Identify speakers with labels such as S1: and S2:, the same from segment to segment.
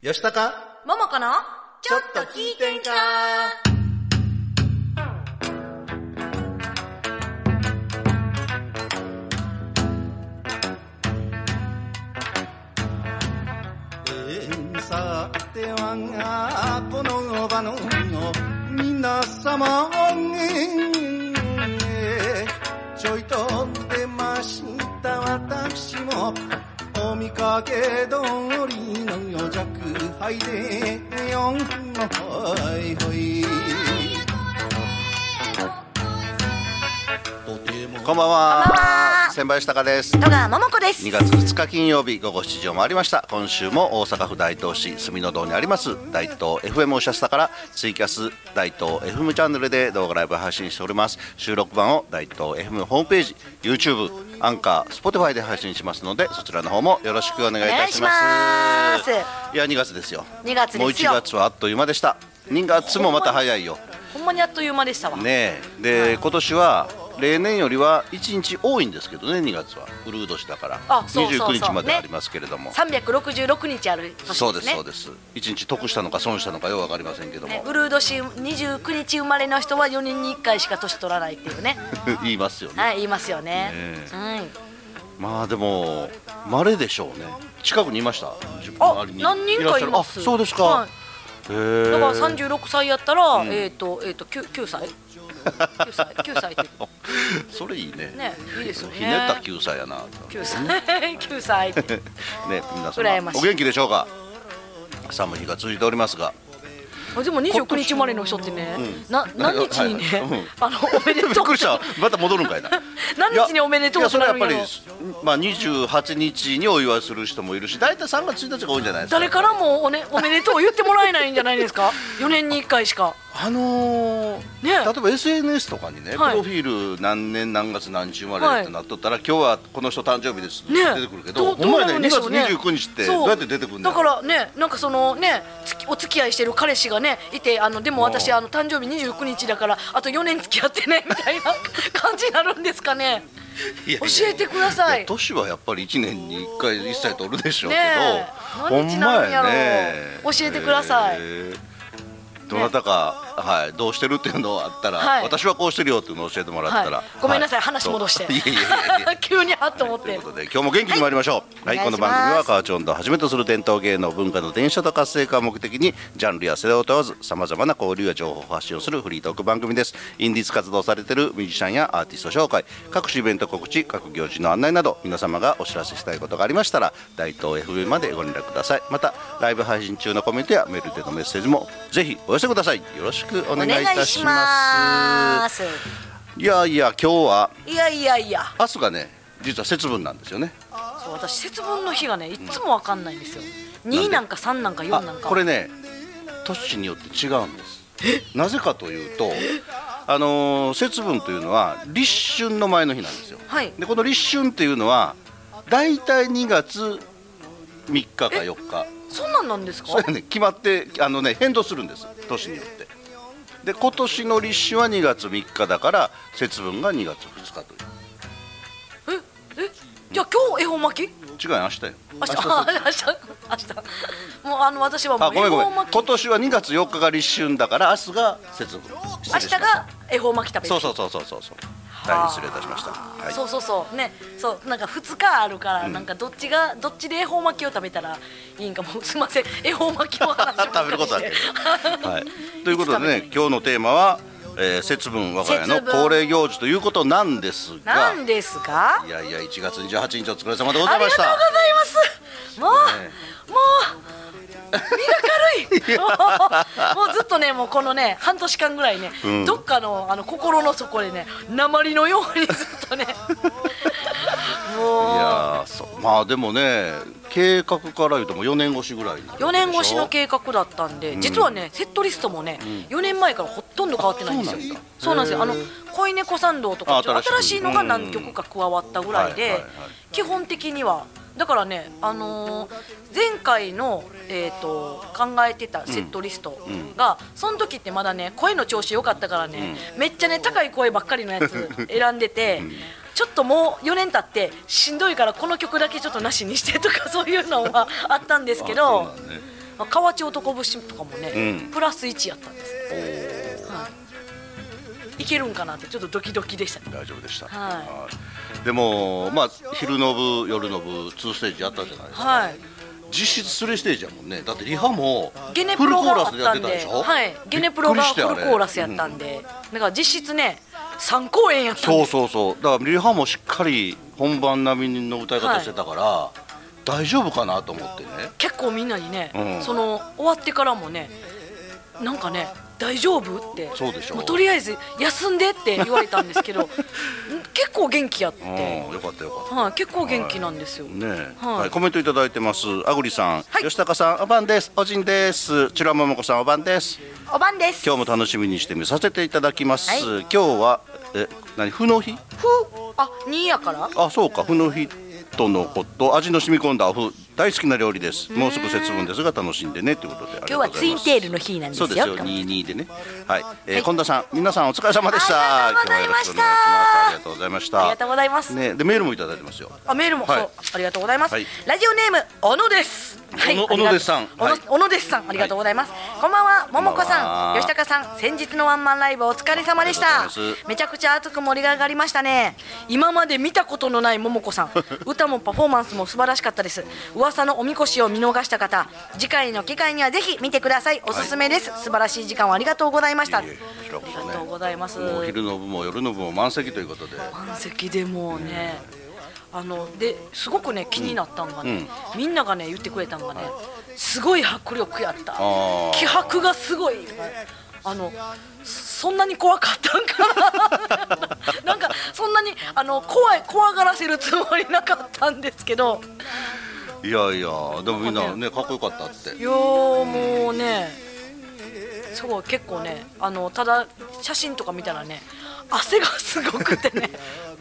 S1: よしたか
S2: ももこのちょっと聞いてんか
S1: えーさてはこの場の皆様えーちょいと出ました私もお見かけ通りの弱敗でよんほいほいこんばんは
S2: こんばんは
S1: 千林隆です
S2: 戸川ももこです
S1: 2月2日金曜日午後7時を回りました今週も大阪府大東市住の堂にあります大東 FM おしゃスタからツイキャス大東 FM チャンネルで動画ライブ配信しております収録版を大東 FM ホームページ YouTube アンカー Spotify で配信しますのでそちらの方もよろしくお願いいたします
S2: お願いしま
S1: いや2月ですよ
S2: 2月ですよ
S1: もう1月はあっという間でした2月もまた早いよ
S2: ほんまにあっという間でしたわ、
S1: ねえで、今年は例年よりは1日多いんですけどね2月はウルー年だから
S2: あそうそうそう
S1: 29日まで
S2: ね
S1: ありますけれども、
S2: 366日ある年ですね
S1: そうですそうです1日得したのか損したのかよう分かりませんけども、
S2: ね、ウルード氏29日生まれの人は4人に1回しか年取らないっていうね
S1: 言いますよね、
S2: はい言いますよね
S1: ね
S2: う
S1: まあでも稀でしょうね近くにいました自分
S2: ん
S1: の
S2: あ
S1: 周りに
S2: 何人かいます
S1: らっしゃるあそうですか、
S2: はいだ
S1: へ
S2: から
S1: え
S2: 36歳やったら、えっ、とえっ、と 9, 9歳9歳9歳っ て
S1: それいいね
S2: ねいいですよね
S1: ひねった9歳やな
S2: 9歳9歳って
S1: ね、皆
S2: 羨ま
S1: 様
S2: しい
S1: お元気でしょうか寒い日が続いておりますが
S2: あでも29日生まれの人ってね、な何日にね、
S1: はいはいうん
S2: あのおめでとう
S1: びっくりしたまた戻るん かいな
S2: 何日におめでとう
S1: いや
S2: ってなる
S1: い
S2: ん
S1: や
S2: や
S1: そ
S2: ろ
S1: れはやっぱり、まあ、28日にお祝いする人もいるし大体3月1日が多いんじゃないですか
S2: 誰からもお,、ね、おめでとう言ってもらえないんじゃないです か4年に1回しか
S1: あのー
S2: ね
S1: 例えば SNS とかにね、
S2: はい
S1: プロフィール何年何月何日生まれってなっとったら、今日はこの人誕生日です、
S2: ね
S1: 出てくるけ
S2: ど
S1: ど
S2: う
S1: ほんまや
S2: どうなる
S1: ね
S2: んで
S1: 2
S2: し
S1: 月
S2: ょうね
S1: 29日って
S2: そう
S1: どうやって出てくるんだ
S2: だか
S1: ろう
S2: らねなんかそのねつきお付き合いしてる彼氏がねいてあのでも私
S1: うん
S2: あの誕生日29日だからあと4年付き合ってねみたいな感じになるんですかね
S1: いやいや
S2: 教えてください
S1: や年はやっぱり1年に1回1歳取るでしょうけ
S2: ね
S1: ど、
S2: え
S1: ほ
S2: 何日
S1: ん
S2: な
S1: ま
S2: んやろ
S1: ね
S2: 教えてください
S1: えーどなたか、はい、どうしてるっていうのあったら、
S2: はい
S1: 私はこうしてるよっていうのを教えてもらったら、
S2: はいごめんなさい話戻して
S1: いやいやいやい や
S2: 急にあっと思っ
S1: とい
S2: て
S1: うことで今日も元気に参りましょう、はい
S2: い
S1: この
S2: お願
S1: 番
S2: いします
S1: 組は川町とはじめとする伝統芸能文化の伝承と活性化を目的にジャンルや世代を問わずさまざまな交流や情報を発信をするフリートーク番組ですインディーズ活動されているミュージシャンやアーティスト紹介各種イベント告知各行事の案内など皆様がお知らせしたいことがありましたら大東 FM までご連絡くださいまたライブ配信中のコメントやメールでのメッセージもぜひお寄せくださいよろしくお願いいたします
S2: す
S1: いやいや今日はい
S2: やいやいや
S1: 明日がね実は節分なんですよね
S2: そう私節分の日がねいつもわかんないんですよ2なんか3なんか4
S1: あ
S2: なんか
S1: これね年によって違うんですなぜかというとあのー節分というのは立春の前の日なんですよ
S2: はい
S1: でこの立春っていうのは大体2月3日か4日
S2: そんなんなんですか
S1: それね決まってあのね変動するんです年によってで今年の立春は2月3日だから節分が2月2日という
S2: ええじゃあ今日恵方巻き
S1: 違うよ明日よ
S2: 明日あ 明日明日もうあの私はも
S1: あ
S2: う
S1: ごめ
S2: 恵
S1: んごめ
S2: 方
S1: ん
S2: 巻き
S1: 今年は2月4日が立春だから明日が節分
S2: 明
S1: 明
S2: 日が恵方巻き食べる
S1: そうそうそうそうそうそう。大変失礼いたしました。はい。
S2: そうそうそうねそうなんか2日あるから、なんかどっちがどっちで恵方巻きを食べたらいいんかもうすいません恵方巻きの話ばっかりして
S1: 食べることだけはい。ということで
S2: いつ食べて
S1: ね
S2: い、い
S1: 今日のテーマは、えー、節分我が家の
S2: 節分
S1: 恒例行事ということなんです が
S2: な。んですか
S1: いやいや、1月28日お疲れ様でござ
S2: あ
S1: い
S2: りがとう
S1: ま
S2: ご
S1: し
S2: ざい
S1: た。
S2: ますもう、
S1: ね
S2: もう身が軽いもうもうずっとねもうこのね半年間ぐらいね、
S1: ん
S2: どっかのあの心の底でね鉛のようにずっとね
S1: い
S2: もう
S1: やー、そう、まあでもね、計画から言うともう4年越しぐらい。
S2: 4年越しの計画だったんで、実はねセットリストもね、4年前からほとんど変わってないんですよ
S1: あそうなんだ
S2: そうなんですよあの
S1: へー
S2: 恋猫参道とか
S1: あ
S2: ちょっと
S1: 新
S2: 新
S1: しい
S2: しいのが何曲か加わったぐらいで、
S1: うんはいはいはい
S2: 基本的にはだからね、あのー前回の、えー、と考えてたセットリストが、その時ってまだね声の調子良かったからね、めっちゃね高い声ばっかりのやつ選んでて。ちょっともう4年経ってしんどいからこの曲だけちょっとなしにしてとかそういうのはあったんですけ
S1: あ。そう
S2: ど
S1: なんね
S2: まあ、河内男節とかもね、
S1: うん
S2: プラス1やったんです、
S1: おー
S2: はい、いけるんかなってちょっとドキドキでしたね
S1: 大丈夫でした、
S2: はい
S1: いでもまあ昼の部夜の部2ステージあったじゃないですか、
S2: はい
S1: 実質スリーステージやもんねだってリハも
S2: ゲネプロがあっ
S1: フルコーラスでや
S2: た
S1: って
S2: ん
S1: たで
S2: で
S1: しょ
S2: はい、ゲネプロがフルコーラスやっ
S1: で
S2: たんで、だから実質ね3公演やったん
S1: そ
S2: で
S1: う
S2: す
S1: そうそうだからリハもしっかり本番並みの歌い方してたから、大丈夫かなと思ってね
S2: 結構みんなにね、
S1: うん
S2: その終わってからもねなんかね大丈夫って
S1: そうでしょ
S2: もとりあえず休んでって言われたんですけ どん結構元気やって、
S1: うんよかったよかっ
S2: はい、結構元気なんですよ、
S1: たねえ
S2: はい
S1: はい、コメントいただいてますあぐりさん、
S2: はい
S1: 吉高さんおばんですおじんですちらももこさんおばんです
S2: おばんです
S1: 今日も楽しみにしてみさせていただきます、
S2: はい
S1: 今日はえ何負の日
S2: ふあ2やから
S1: あそうか負の日とのこと味の染み込んだ麩大好きな料理ですもうすぐ節分ですが楽しんでねということで今
S2: 今日はツインテールの日なんです
S1: そ
S2: よ
S1: うですよ22でねはい、えー近田さん皆さんお疲れ様でした
S2: ありがとうございました
S1: 今日はよろしくお願いしますありがとうございました
S2: ありがとうございます
S1: ねでメールもいただいてますよ
S2: あメールも、
S1: はい
S2: そうありがとうございます、
S1: はい
S2: ラジオネーム小野ですはい
S1: 小野
S2: ありがとう
S1: 小野ですさん
S2: 小野
S1: はい
S2: 小野ですさんありがとうございます、こんばんはももこ
S1: こんばん
S2: さ
S1: は
S2: ん吉高さん先日のワンマンライブお疲れ様でした
S1: ありがとうございます
S2: めちゃくちゃ熱く盛り上がりましたね今まで見たことのないももこ さん歌もパフォーマンスも素晴らしかったです噂のおみこしを見逃した方次回の機会にはぜひ見てくださいおすすめです、素晴らしい時間をありがとうございました
S1: いえいえこちらこそね
S2: ありがとうございます
S1: もう昼の部も夜の部も満席ということで
S2: 満席でもうね、あのですごくね気になったんがね、みんながね言ってくれたんがね、すごい迫力やった
S1: ー
S2: 気迫がすごいあのそそんなに怖かったんかな なんかそんなにあの怖い怖がらせるつもりなかったんですけど
S1: いやいやでもみんなねかっこよかったって
S2: いやーもうねすごい結構ねあのただ写真とか見たらね汗がすごくてね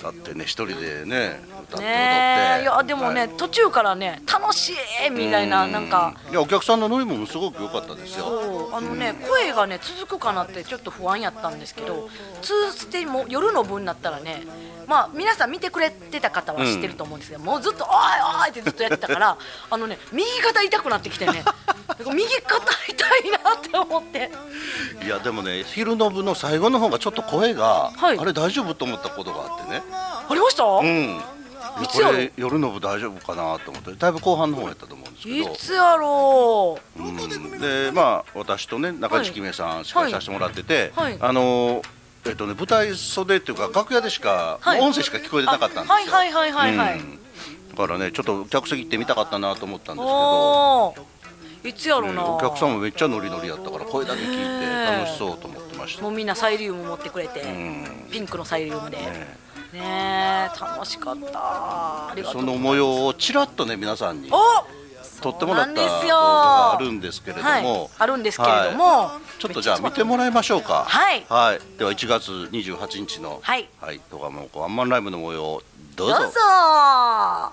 S1: だってね一人でね歌って踊って、
S2: ねえいやでもね、
S1: はい
S2: 途中からね楽しいみたいななんか
S1: いやお客さんのノリもすごく良かったですよ
S2: そうあのね、声がね続くかなってちょっと不安やったんですけど通ステも夜の分になったらねまあ皆さん見てくれてた方は知ってると思うんですけど、もうずっと「おいおい!」ってずっとやってたから あのね右肩痛くなってきてね右肩痛いなって思って
S1: いやでもね昼の部の最後の方がちょっと声が、
S2: はい
S1: あれ大丈夫と思ったことがあってね
S2: ありました、
S1: うん
S2: いつ
S1: こ
S2: やろ
S1: れ夜の部大丈夫かなと思ってだいぶ後半の方やったと思うんですけ
S2: い
S1: ど
S2: つやろう
S1: うんでまあ私とね中地きめさん司会させてもらってて、
S2: はいはい
S1: あのえっとね舞台袖っていうか楽屋でしか、
S2: はい
S1: 音声しか聞こえてなかったんですよ、
S2: あはいはいはいはいはい
S1: うんだからねちょっと客席行ってみたかったなと思ったんですけど
S2: おーいつやろうな、
S1: ねお客さんもめっちゃノリノリやったから声だけ聞いて楽しそうと思ってました、
S2: もうみんなサイリウム持ってくれて、
S1: ん
S2: ピンクのサイリウムでねえ楽しかったありがと
S1: そうの模様をちらっとね皆さんに
S2: お
S1: 撮ってもらった動画
S2: そうなんですよ
S1: があるんですけれども、
S2: はいあるんですけれども
S1: はいちょっとじゃあ見てもらいましょうか
S2: はい
S1: では1月28日の
S2: はい
S1: 動画もワンマンライブの模様をどう
S2: ど
S1: ぞ
S2: うぞは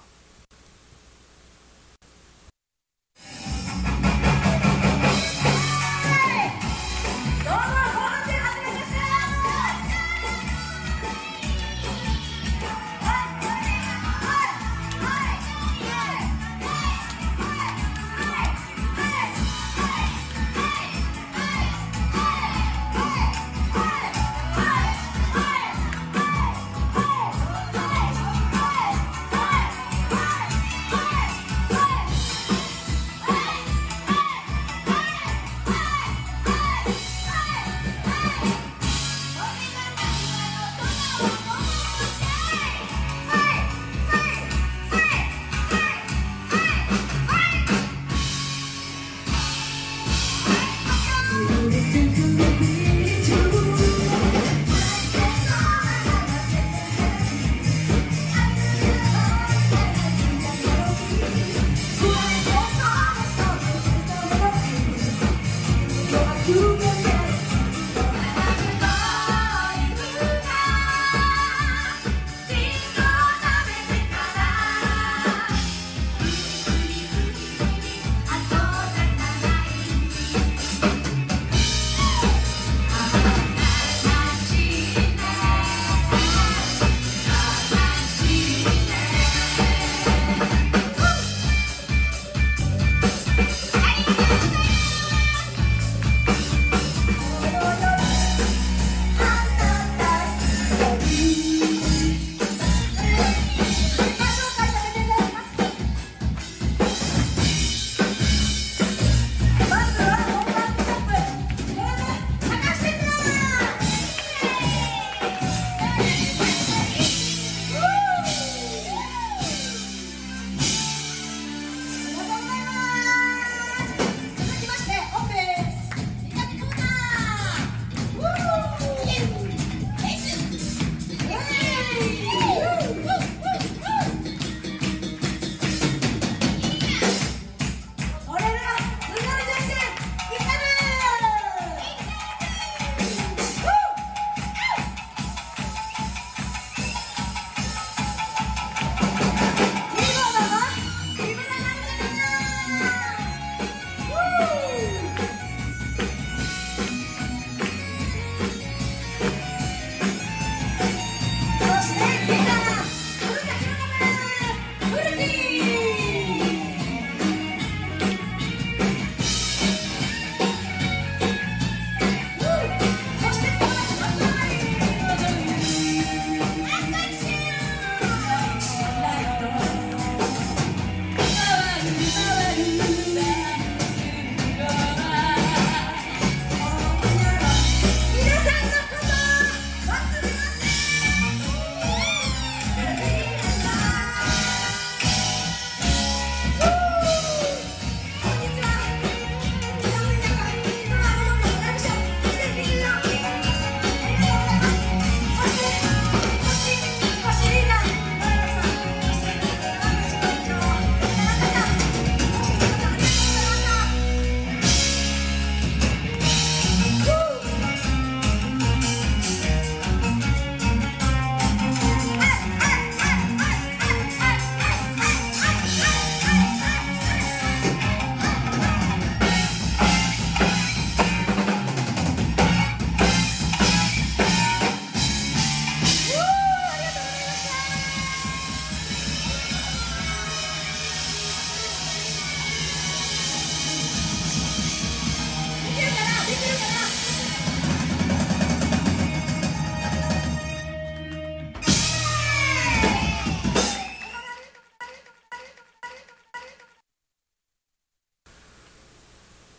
S3: 「ありがとう」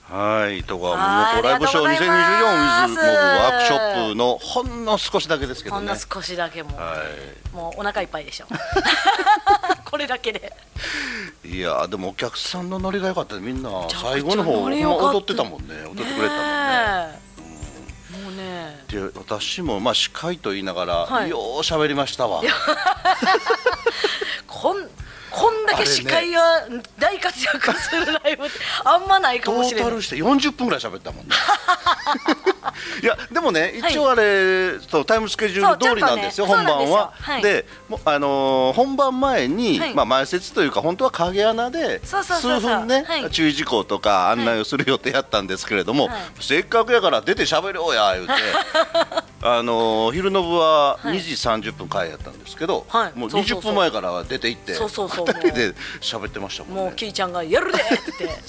S1: はい、とか、
S2: は
S1: も
S2: い
S1: ライブショー
S2: あ
S1: 2024
S2: りがとうございま
S1: 水
S2: す
S1: モブワークショップのほんの少しだけですけ
S2: ほ
S1: ど
S2: ん
S1: ね
S2: の。少しだけもう、
S1: は
S2: もうお腹いっぱいで しょこれだけで
S1: い、いや、でもお客さんのノリが良かったね、みんな
S2: ちゃくちゃ
S1: 最後の方、
S2: ノリ良かった
S1: 踊ってたもんね、踊ってくれたもんね。
S2: えもうね
S1: で私もまあ司会と言いながら、
S2: はい
S1: よう喋りましたわ
S2: こんこんだけ司会が大活躍するライブってあんまないか
S1: ト
S2: もし
S1: ー
S2: れ
S1: タ
S2: ない
S1: ルして40分ぐらい喋った もんねいやでもね一応あれ、そうタイムスケジュール通りなんですよ、
S2: そうちゃ
S1: 本
S2: んとね
S1: 番は
S2: そうなんですよはい
S1: でもうあのー本番前に、
S2: はい
S1: まあ前説というか本当は影穴で
S2: そうそうそうそう
S1: 数分ね、
S2: はい
S1: 注意事項とか案内をする予定やったんですけれども、
S2: はい
S1: せっかくやから出て喋ろうや 言うてあのー昼の部は
S2: はい
S1: 2時30分会やったんですけど、
S2: はい
S1: もう
S2: そうそう
S1: 20
S2: そう
S1: 分前から出て行って
S2: そうそうそう
S1: 2人で喋ってましたもんね。
S2: もうキイちゃんが「やるで!」って 言って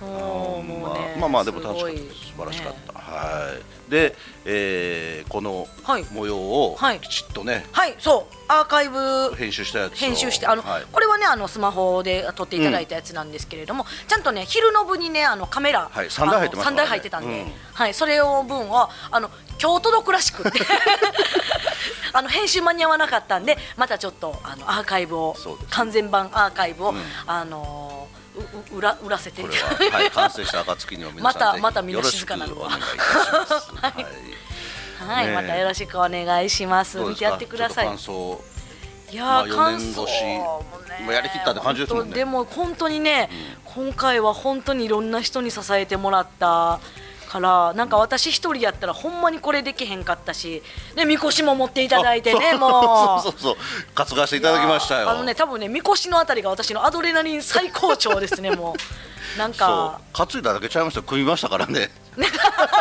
S2: もうもうね
S1: まあまあでも楽し
S2: すご
S1: かった
S2: い
S1: です素晴らしかっ
S2: ね
S1: た、はいで、えーこの
S2: はい
S1: 模様を
S2: はい
S1: きちっとね、
S2: はいそうアーカイブ
S1: 編集したやつを
S2: 編集してあの、
S1: はい
S2: これはねあのスマホで撮っていただいたやつなんですけれども、ちゃんとね昼の部にねあのカメラ、
S1: はい三台入ってますからね
S2: あの三台入ってたんで、
S1: うん
S2: はいそれを分はあの今日届くらし くってあの編集間に合わなかったんでまたちょっとあのアーカイブを
S1: そうです
S2: 完全版アーカイブを、
S1: ん
S2: あのーうう売ら売らせて
S1: これは、 はい、完成した暁には皆さ
S2: また
S1: んぜひ
S2: またみんな
S1: よろ
S2: 静
S1: しく
S2: かな
S1: お
S2: のは
S1: 願いいたし ます、はい
S2: はい、
S1: ねえ
S2: またよろしくお願いします
S1: どうで
S2: 見
S1: す
S2: て
S1: か
S2: やってくださ
S1: ちょっ
S2: い
S1: と感想
S2: いや
S1: ま
S2: ー、
S1: あ
S2: 感
S1: 四年
S2: 想
S1: 越し
S2: もね
S1: もうやりきったって感じですもんね
S2: 本当でも本当にね、今回は本当にいろんな人に支えてもらったからなんか私一人やったらほんまにこれできへんかったしねみこしも持っていただいて ね
S1: あ
S2: もう
S1: そうそうそうそう担がせていただきましたよ
S2: あのね多分ねみこしのあたりが私のアドレナリン最高潮ですねもうなん
S1: そ
S2: か
S1: う担いだだけちゃいましたよ組みましたから ね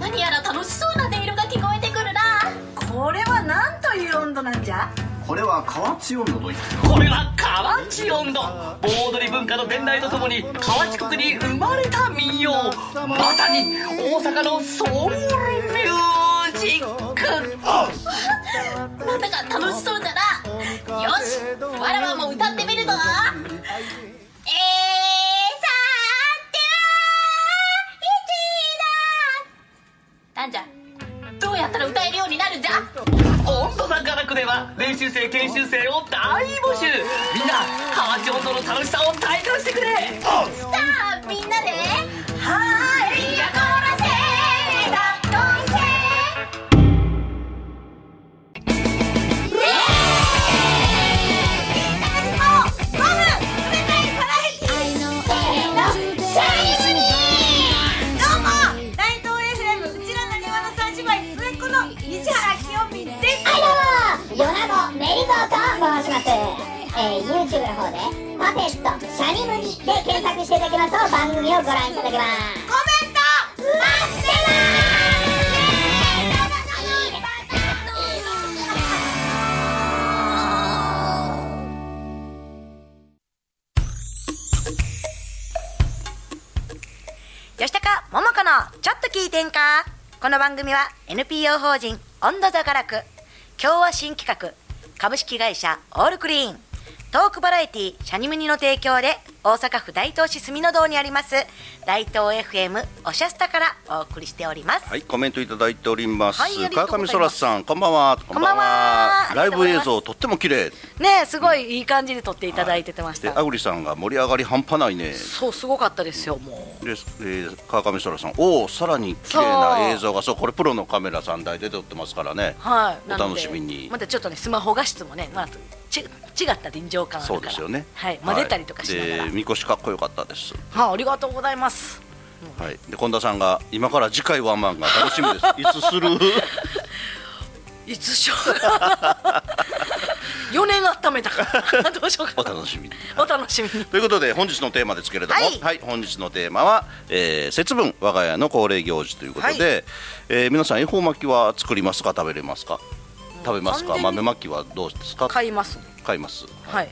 S4: 何やら楽しそうな音色が聞こえてくるな
S2: これはなんという温度なんじゃ
S5: これは河内温度といって
S6: これは河内音頭盆踊り文化の伝来とともに河内国に生まれた民謡まさに大阪のソウルミュージック
S4: なんだか楽しそうだなよしわらわも歌ってみるぞえーさーてーなんじゃどうやったら歌えるようになるんじゃ
S6: 音頭さんからくでは練習生研修生を大募集みんな河内音頭の楽しさを体感してくれ
S4: さあみんなではーいやこらせーだどんせー
S7: ヨナのメリゾーと申します、えー、YouTube の方で「パペットシャニムニ」で検索していただきますと番組をご覧いただけますコメント待って
S8: 吉高桃子のちょっと聞いてんかこの番組は NPO 法人温度座がらく今日は新企画株式会社オールクリーントークバラエティシャニムニの提供で大阪府大東市住の堂にあります大東 FM おしゃスタからお送りしております、
S1: はい、コメントいただいております。
S8: はいありが
S1: 川
S8: とうご
S1: 上
S8: ざい
S1: そ
S8: ま
S1: ら
S8: す
S1: さん、こんばんは。こ
S8: んばんは
S1: ライブ映
S8: ありがとうござい
S1: 像、とっても綺麗。
S2: ねえすごいいい感じで撮っていただいててまし
S1: で、
S2: た、
S1: あぐりさんが盛り上がり半端ないね。
S2: そうすごかったですよも
S1: で、えー川上そらさん、おお、さらに綺麗な映像が、そう、これプロのカメラ3台で撮ってますからね。
S2: うはいなので
S1: お楽しみに
S2: またちょっとねスマホ画質もねまあち違った臨場感あるか
S1: そ
S2: ら
S1: うですよね。
S2: はい混ぜたりとかしながら、
S1: で、みこしかっこよかったです。
S2: はい、ありがとうございます
S1: はい、で、近田さんが、今から次回ワンマンが楽しみです。い つする。
S2: いつしょ4年温めたからどうしよう
S1: お
S2: かな
S1: 楽しみに。
S2: お楽しみに
S1: ということで本日のテーマですけれども、は
S8: はいい
S1: 本日のテーマは、えー節分我が家の恒例行事ということで、えー皆さん恵方巻きは作りますか食べれますか食べます
S2: 完
S1: か
S2: 全に
S1: 豆巻きはどうですか
S2: 買います
S1: 買います
S2: はい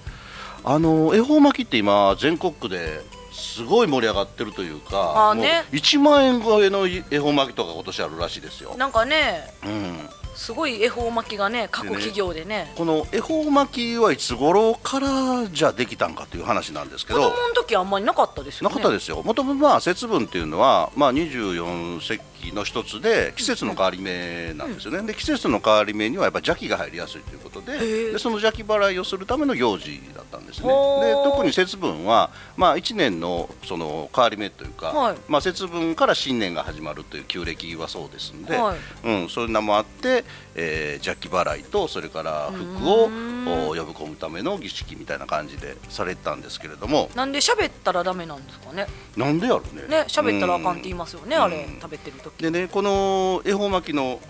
S1: あの恵方巻きって今全国区ですごい盛り上がってるというか
S2: あーね
S1: もう1万円超えの恵方巻きとか今年あるらしいですよ、
S2: なんかね
S1: うん、
S2: すごい恵方巻きがね各企業でね
S1: この恵方巻きはいつ頃からじゃあできたんかという話なんですけ
S2: 子
S1: ど
S2: 供の時あんまりなかったですよ
S1: な
S2: ね
S1: かったですよ、もともとまあ節分っていうのは、まあ、24節気の一つで季節の変わり目なんですよね、で季節の変わり目にはやっぱ邪気が入りやすいということで
S2: へえ
S1: でその邪気払いをするための行事だったんですね
S2: ほ
S1: で
S2: ー
S1: 特に節分は、まあ、1年のその変わり目というか、
S2: はい
S1: まあ、節分から新年が始まるという旧暦はそうですんで、
S2: はい
S1: うん、そういうのもあって、えー邪気払いとそれから福をお呼び込むための儀式みたいな感じでされてたんですけれども
S2: なんで喋ったらダメなんですかね
S1: なんでやろうね。
S2: ね喋ったらあかんって言いますよね
S1: うん
S2: あれ食べてる時
S1: でねこの恵方巻きの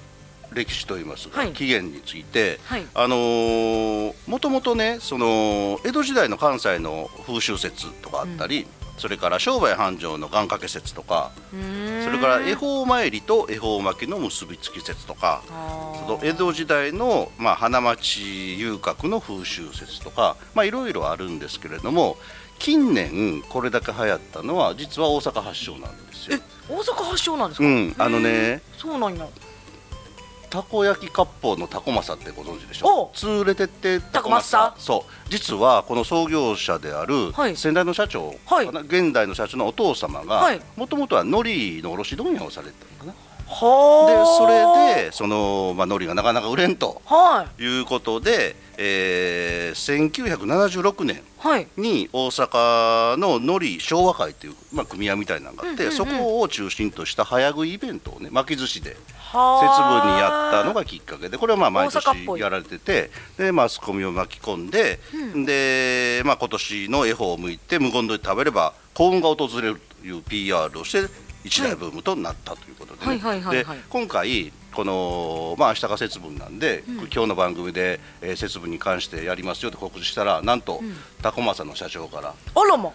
S1: 歴史といいますか、
S2: はい
S1: 起源について、
S2: はい
S1: あのーもともとねその江戸時代の関西の風習説とかあったり、それから商売繁盛の願掛け説とか
S2: うーん
S1: それから恵方参りと恵方巻きの結びつき説とか
S2: あー
S1: その江戸時代の、まあ、花町遊郭の風習説とか、まあ、いろいろあるんですけれども近年これだけ流行ったのは実は大阪発祥なんですよ。
S2: 大阪発祥なんですか
S1: うん、あのね
S2: そうなんや
S1: たこ焼き割烹のタコマサってご存知でし
S2: お
S1: ょ
S2: う
S1: 連れてってタコマ
S2: タコ
S1: サ
S2: マッサ
S1: そう実はこの創業者である
S2: はい
S1: 先代の社長、
S2: はい
S1: かな現代の社長のお父様が
S2: はい
S1: もともとは海苔の卸問屋をされてたのかな、
S2: はあ
S1: でそれでその、まあ、海苔がなかなか売れんと
S2: は
S1: いうことで、えー1976年
S2: いはい
S1: に大阪ののり昭和会という、まあ、組合みたいなのがあ
S2: う
S1: って、
S2: んうんうん
S1: そこを中心とした早食いイベントをね巻き寿司で節
S2: は
S1: 分
S2: あ
S1: にやったのがきっかけでこれはまあ毎
S2: 大阪っぽ
S1: 年
S2: い
S1: やられててでマスコミを巻き込んで、で、まあ、今年の恵方を向いて無言堂で食べれば幸運が訪れるという PR をして一大ブームとなったということで,、
S2: はいはいはいはいはい
S1: で今回この、まあ明日が節分なんで、今日の番組で、えー節分に関してやりますよと告知したらなんと、タコマサの社長から
S2: あらま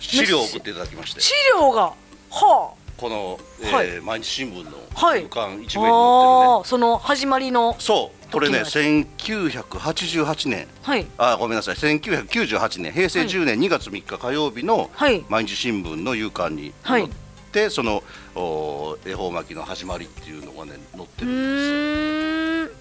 S1: 資料を送っていただきまして
S2: 資料がは
S1: この、えー
S2: はい
S1: 毎日新聞の
S2: はい
S1: 夕刊一
S2: あ、
S1: 面に載ってるね
S2: あーその始まりの
S1: そうこれね
S2: 時の
S1: 1988年
S2: はい
S1: あごめんなさい1998年平成10年2月3日火曜日の
S2: はい
S1: 毎日新聞の夕刊に
S2: は
S1: 載
S2: い
S1: って、そのお恵方巻きの始まりっていうのがね載っ
S2: う
S1: てるんで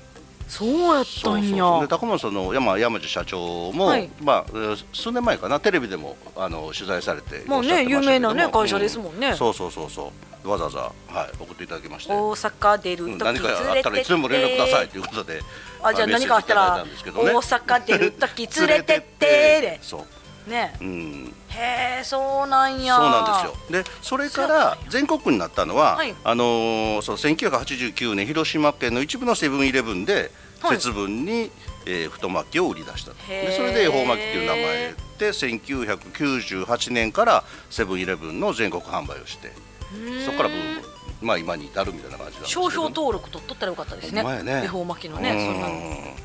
S1: すよ。
S2: ーんそうやったんや
S1: で高松さんの山山地社長も、
S2: はい
S1: まあえー数年前かなテレビでもあの取材されて
S2: まあね
S1: おっしゃってしたけど
S2: 有名なね会社ですもんね
S1: うそうそうそうそうわざわざはい送っていただきまして。
S2: 大阪出る
S1: う
S2: 時
S1: ん何かあったらいつでも連絡くださいということで、
S2: あじゃあ
S1: メ
S2: 何
S1: ッセージ
S2: かあったら
S1: いだいんですけどね
S2: 大阪出る時連 れてってで
S1: そう、
S2: ね
S1: うん、
S2: へえそうなんや
S1: そうなんですよでそれから全国区になったのは、
S2: はい
S1: あのーそう1989年広島県の一部のセブンイレブンで
S2: はい
S1: 節分に、えー太巻きを売り出したと
S2: へ
S1: で
S2: ー
S1: それで恵方巻きっていう名前で1998年からセブンイレブンの全国販売をしてそこからブームまあ今に至るみたいな感じなんですけど
S2: 商標登録取っとったらよかったですね
S1: ほんまやね
S2: 恵方巻きの
S1: う
S2: ね
S1: ん
S2: そんなの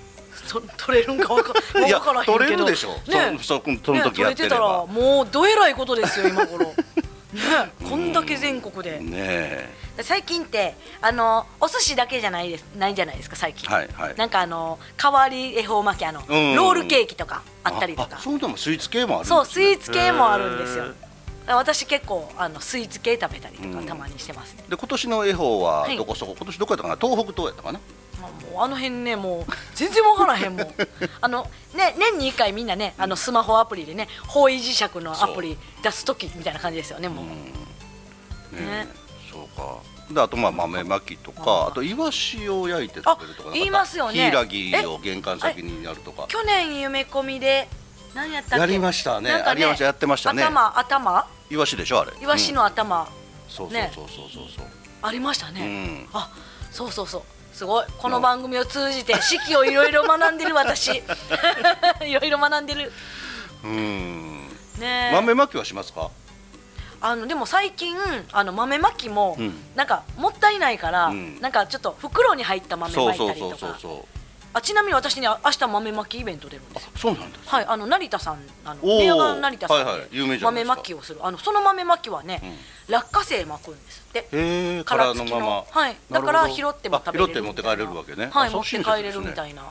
S2: そ取れるんかわか
S1: いや
S2: わからへんけど
S1: 取れるでしょ
S2: ね
S1: そそその時
S2: ね
S1: や
S2: 取れ
S1: って
S2: て
S1: れ
S2: た
S1: ば
S2: らもうどえらいことですよ今 頃ねこんだけ全国で
S1: ねえ
S8: 最近ってあのお寿司だけじゃないですないじゃないですか最近、
S1: はいはい
S8: なんかあの変わり恵方巻きあの
S1: うん
S8: ロールケーキとかあったりと
S1: あ
S8: か
S1: そういうのもスイーツ系もあるんですね
S8: そうスイーツ系もあるんですよ私結構あのスイーツ系食べたりとかたまにしてますね、
S1: で今年の恵方は
S8: はい
S1: どこそこ、今年どこやったかな東北東やったかな、
S2: もうあの辺ねもう全然わからへんもん あのね年に1回みんなねあのスマホアプリでね方位磁石のアプリ出す時みたいな感じですよねもう、ね
S1: そうかであとまあ豆まきとかあとイワシを焼いて食べるとか
S2: あ言いますよね
S1: ヒイラギを玄関先にやるとか
S2: 去年夢込みで何やったっけ
S1: やりましたね
S2: なんか
S1: ありましたやってましたね
S2: 頭頭
S1: イワシでしょあれ
S2: イワシの頭、
S1: うんそうそう
S2: ね
S1: そうそうそうそう
S2: ありましたね、
S1: うん
S2: あそうそうそうすごいこの番組を通じて四季をいろいろ学んでる私 いろいろ学んでる
S1: うん
S2: ねえ
S1: 豆まきはしますか
S2: あのでも最近あの豆まきも、
S1: うん
S2: なんかもったいないから、
S1: うん
S2: なんかちょっと袋に入った豆
S1: そ
S2: ま
S1: う
S2: いた
S1: そう
S2: りと
S1: そうそう
S2: か
S1: そう
S2: あちなみに私に明日豆まきイベント出るんですよ
S1: あそうなんです
S2: はい、あの成田さん、あの
S1: おー
S2: 映画の成田さんで、
S1: はいはい有名じゃないで
S2: 豆
S1: す
S2: ま
S1: か
S2: きをする。あのその豆まきはね、落花生巻くんですって。
S1: へえ
S2: 殻
S1: 殻
S2: 付
S1: の
S2: き
S1: まま
S2: はい。だから拾っても食べれるみたいな。
S1: あ拾って持って帰れるわけね
S2: はい、持
S1: あそ
S2: っ
S1: う
S2: て
S1: 親切
S2: 帰
S1: で
S2: れ
S1: す
S2: る
S1: ね
S2: みたいな。
S1: そ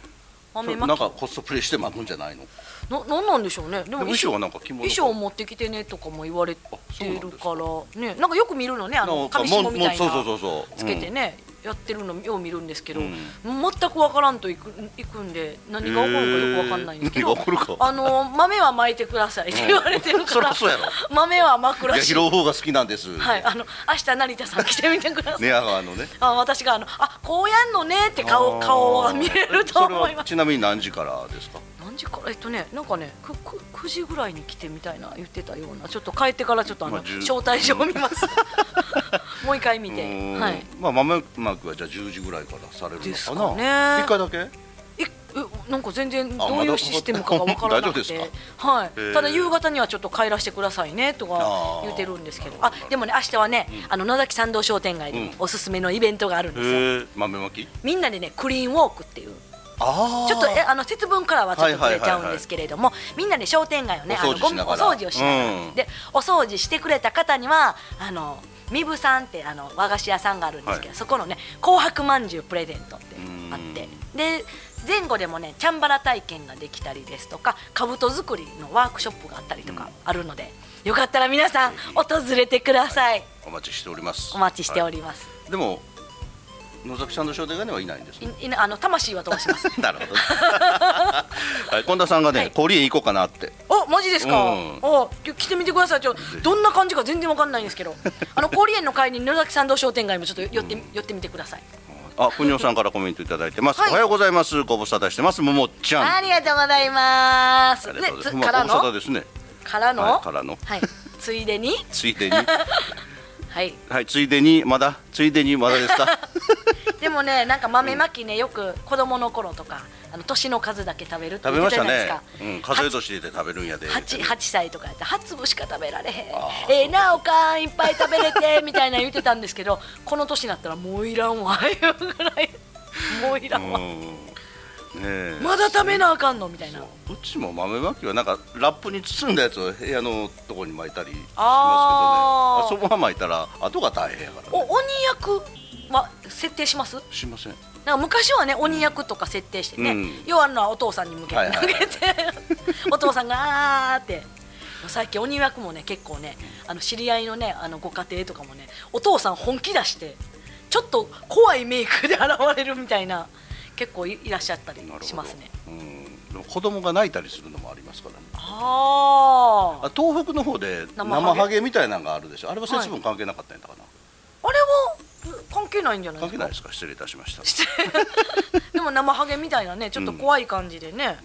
S2: 豆
S1: れ
S2: ま
S1: なん
S2: き。
S1: かコスプレして巻くんじゃないの
S2: の、なんなんでしょうね。で
S1: でも衣装はなんか着物
S2: 衣装持ってきてねとかも言われてる
S1: あ
S2: から、ね、なんかよく見るのね、あ
S1: な
S2: の
S1: んか
S2: 紙紐みたい
S1: もうそうそう
S2: な。
S1: そうそう
S2: つけてね、やってるのよう見るんですけど、
S1: うん
S2: 全くわからんといくいくんで何が起こるかよくわかんないんですけど、
S1: へー何が起こるか
S2: あの豆は巻いてくださいって言われてるか
S1: そり
S2: ら、
S1: ゃそうやろ
S2: 豆は巻く
S1: うんい
S2: ら
S1: や
S2: し
S1: 拾
S2: いう
S1: 方が好きなんです
S2: はい、あの明日成田さん来てみてください。
S1: 寝屋川のね
S2: あ私があのあこうやんのねって顔
S1: あー
S2: 顔が見れると思い
S1: それは
S2: ます。
S1: ちなみに何時からですか
S2: 何時からえっとねなんかねくく九時ぐらいに来てみたいな言ってたようなちょっと帰ってからちょっとあの、
S1: まあ十
S2: 招待状を見 ます。もう一回見
S1: うー
S2: て
S1: ん
S2: はい。
S1: まあ豆まきはじゃあ10時ぐらいからされるの
S2: です
S1: か
S2: か
S1: な
S2: ね
S1: 一回だけ
S2: ええなんか全然ど
S1: あ
S2: う
S1: ま
S2: い
S1: だ
S2: うシステムか がわからなく
S1: 大丈夫
S2: て
S1: で、
S2: はい
S1: へえ、
S2: ただ夕方にはちょっと帰らせてくださいねとか
S1: あー
S2: 言ってるんですけどあでもね明日はね、あの野崎参道商店街
S1: う
S2: で
S1: ん
S2: おすすめのイベントがあるんですよ、
S1: へえ豆まき
S2: みんなでねクリーンウォークっていう
S1: ああ
S2: ちょっとえあの節分からはちょっとずれちゃ
S1: はいはいは
S2: う
S1: い
S2: ん
S1: はい
S2: ですけれども、みんなで商店街をねあ
S1: お
S2: の
S1: 掃除
S2: ゴ
S1: し
S2: ミ
S1: な
S2: お
S1: がら
S2: 掃除をしながら、
S1: うん
S2: でお掃除してくれた方にはあのみぶさんってあの和菓子屋さんがあるんですけど、
S1: は
S2: そこのね紅白まんじゅうプレゼントってあってで前後でもねチャンバラ体験ができたりですとか兜作りのワークショップがあったりとかあるので、よかったら皆さん訪れてください、
S1: お待ちしております
S2: お待ちしてお
S1: り
S2: ります、
S1: でも野崎さんの商店街にはいないんですね
S2: いいなあの魂は飛ばします
S1: なるほど、はい、近田さんがね、
S2: はい
S1: 氷へ行こうかなって
S2: おマジですか、
S1: うん
S2: おき来てみてくださいちょどんな感じか全然わかんないんです けどあの氷園の会に野崎参道商店街もちょっと寄って、寄ってみてください
S1: あ、ふにおさんからコメントいただいてます、
S2: はい
S1: おはようございますご無沙汰してますももちゃん
S2: ありがとうございます
S1: あり
S2: ね
S1: がとうござ
S2: つ
S1: います
S2: から
S1: まあご無沙汰
S2: の
S1: ですね
S2: からの,、
S1: はいからの
S2: はいついでに
S1: ついでに
S2: はい
S1: はいついでにまだついでにまだですか
S2: でも ねなんか豆まきねよく子供の頃とかあの年の数だけ食べるって言
S1: 食べ
S2: っ
S1: ま
S2: て
S1: した
S2: じゃないで
S1: ね
S2: すか、
S1: うん、数え年で食べるんやで
S2: 八八歳とかやったら八粒しか食べられへん
S1: あ。ー
S2: ええなおかんいっぱい食べれてみたいな言ってたんですけど、この年になったらもういらんわいうぐらいもういら
S1: うんん
S2: わ。
S1: ねえ
S2: まだ食べなあかんのみたいな。
S1: うちも豆まきはなんかラップに包んだやつを部屋のとこに巻いたりしますけどね
S2: あ
S1: あ
S2: ー
S1: そこは巻いたら後が大変やから、
S2: お
S1: ね、
S2: 鬼役は設定します？
S1: しません
S2: なんか昔はね鬼役とか設定してね、
S1: うん
S2: 要はあるのはお父さんに向け
S1: は
S2: て
S1: いは
S2: 投げ
S1: いはい
S2: て、 お父さんがあーって。最近鬼役もね結構ねあの知り合いのねあのご家庭とかもねお父さん本気出してちょっと怖いメイクで現れるみたいな結構いいらっしゃったり
S1: なるほど
S2: しますね。
S1: うん、でも子供が泣いたりするのもありますからね。
S2: ああ
S1: あ東北の方で
S2: 生ハゲ
S1: 生ハゲみたいなのがあるでしょ。あれは節分関係なかったんだかな。
S2: あれはう関係ないんじゃないです
S1: 関係
S2: か
S1: ないですか。失礼いたしました。
S2: でも生ハゲみたいなねちょっと怖い感じでね、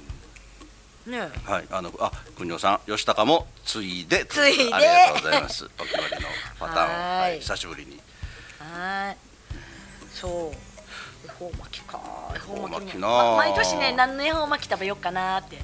S2: ね
S1: はい。あのあ国尾さん吉高もついで。
S2: ついで
S1: ありがとうございます。お決まりのパターンを
S2: は
S1: はいい久しぶりに。
S2: はーい。そう。恵方巻きか。恵方巻き
S1: 恵方巻き
S2: ね。
S1: な
S2: ま毎年ね、何の恵方巻き食べようかなって。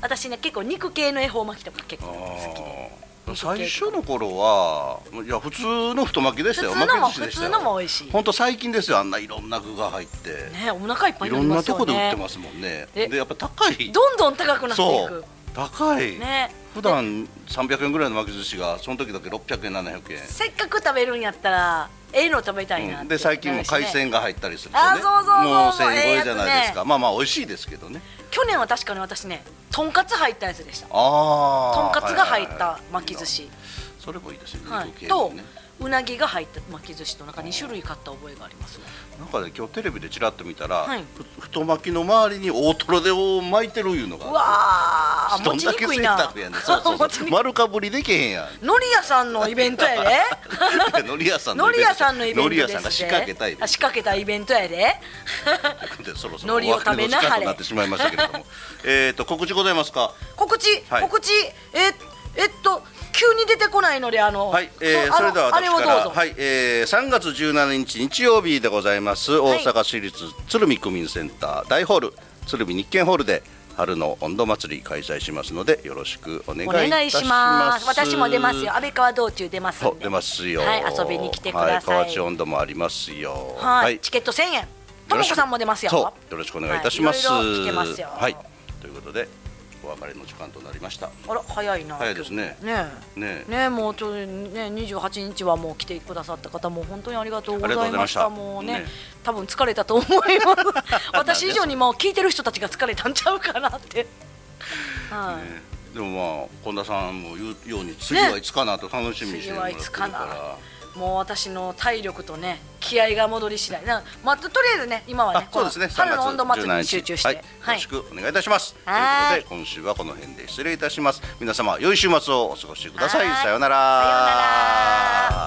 S2: 私ね、結構肉系の恵方巻きとか結構好きで。
S1: あー最初の頃はいや普通の太巻きでしたよ。
S2: 普通のも
S1: 巻き寿司でしたよ
S2: 普通のも美味しい
S1: ほんと最近ですよ。あんないろんな具が入って、
S2: ね、お腹いっぱい
S1: い
S2: にな
S1: ろ
S2: り
S1: ん
S2: ま
S1: な
S2: す
S1: と
S2: よね。
S1: こで売ってますもんね。
S2: え
S1: でやっぱ高い。
S2: どんどん高くなってい
S1: そう
S2: く。
S1: 高い。
S2: ね。
S1: 普段300円ぐらいの巻き寿司がその時だけ600円700円。
S2: せっかく食べるんやったら、ええの食べたいなって、
S1: うんで最近も海鮮が入ったりするとね
S2: あそうそうそう
S1: もう
S2: そう
S1: 1000円超えじゃないです
S2: ええやつね
S1: かまあまあ美味しいですけどね
S2: 去年は確かに私ね、とんかつ入ったやつでした。
S1: ああ
S2: とんかつが入った巻き寿司。
S1: それもいいですよね
S2: はい
S1: 肉系
S2: と
S1: のね
S2: うなぎが入った巻き寿司となんか2種類買った覚えがあります
S1: なんかね今日テレビでちらっと見たら、
S2: はい
S1: ふ太巻きの周りに大トロでを巻いてるいうの
S2: う
S1: が
S2: わー
S1: ど
S2: 持
S1: ん
S2: ち
S1: だ
S2: に
S1: け
S2: く
S1: 贅
S2: いな
S1: 沢やねんそ うそうそう丸かぶりでけへんやん
S2: のり屋さんのイベントやで
S1: のり屋さん
S2: の
S1: のイ
S2: り
S1: ベント
S2: 屋さんのイベント
S1: のり
S2: で
S1: 屋
S2: す
S1: さんが仕掛けたい
S2: あ仕掛けたイベントや で
S1: でそろそろ
S2: 海苔を食べな
S1: お別
S2: はれ
S1: れの時間となってしまいましたけれども えっと告知ございますか
S2: 告知、
S1: はい
S2: 告知ええっと急に出てこないのであの、
S1: はい、えー、
S2: あ
S1: そ
S2: の
S1: れでは
S2: あ
S1: 私
S2: れを
S1: か
S2: どう
S1: ら、
S2: ぞ、
S1: はい、えー、3月17日日曜日でございます。大
S2: い
S1: 阪市立鶴見区民センター大ホール鶴見日券ホールで春の温度祭り開催しますのでよろしくお願いい
S2: お
S1: たします。
S2: 願いします私も出ますよ安倍川道中出ますん
S1: そう
S2: で
S1: 出ますよ。
S2: はい遊びに来てください
S1: はい、河内温度もありますよ。
S2: はい、チケット1000円ともこさんも出ますよ
S1: そうよろしくお願いいたします。
S2: はいいろいろ来てますよ
S1: はい、ということでお別れの時間となりました。
S2: あら早いな
S1: 早いですね。
S2: ね
S1: ね
S2: えねえもうちょいね28日はもう来てくださった方も本当にありがとうござ
S1: あ
S2: い
S1: りがとうござい
S2: ま
S1: ま
S2: し
S1: したた
S2: もうね
S1: ね
S2: 多分疲れたと思い ます私以上にもう聞いてる人たちが疲れたんちゃうかなってはい、
S1: ねでもまあ本田さんも言うように次はいつかなと楽しみにして
S2: 次
S1: もら
S2: は
S1: って
S2: い
S1: る
S2: つ
S1: か、
S2: からなもう私の体力とね気合が戻り次第なまあととりあえずね今はね
S1: あそうですね
S2: この春の温度祭り
S1: 3
S2: に集
S1: 月17日
S2: 中して
S1: はい、よろしくお願いいたします、
S2: はい
S1: ということで今週はこの辺で失礼いたします皆様良い週末をお過ごしください
S2: はい
S1: さようなら
S2: さようなら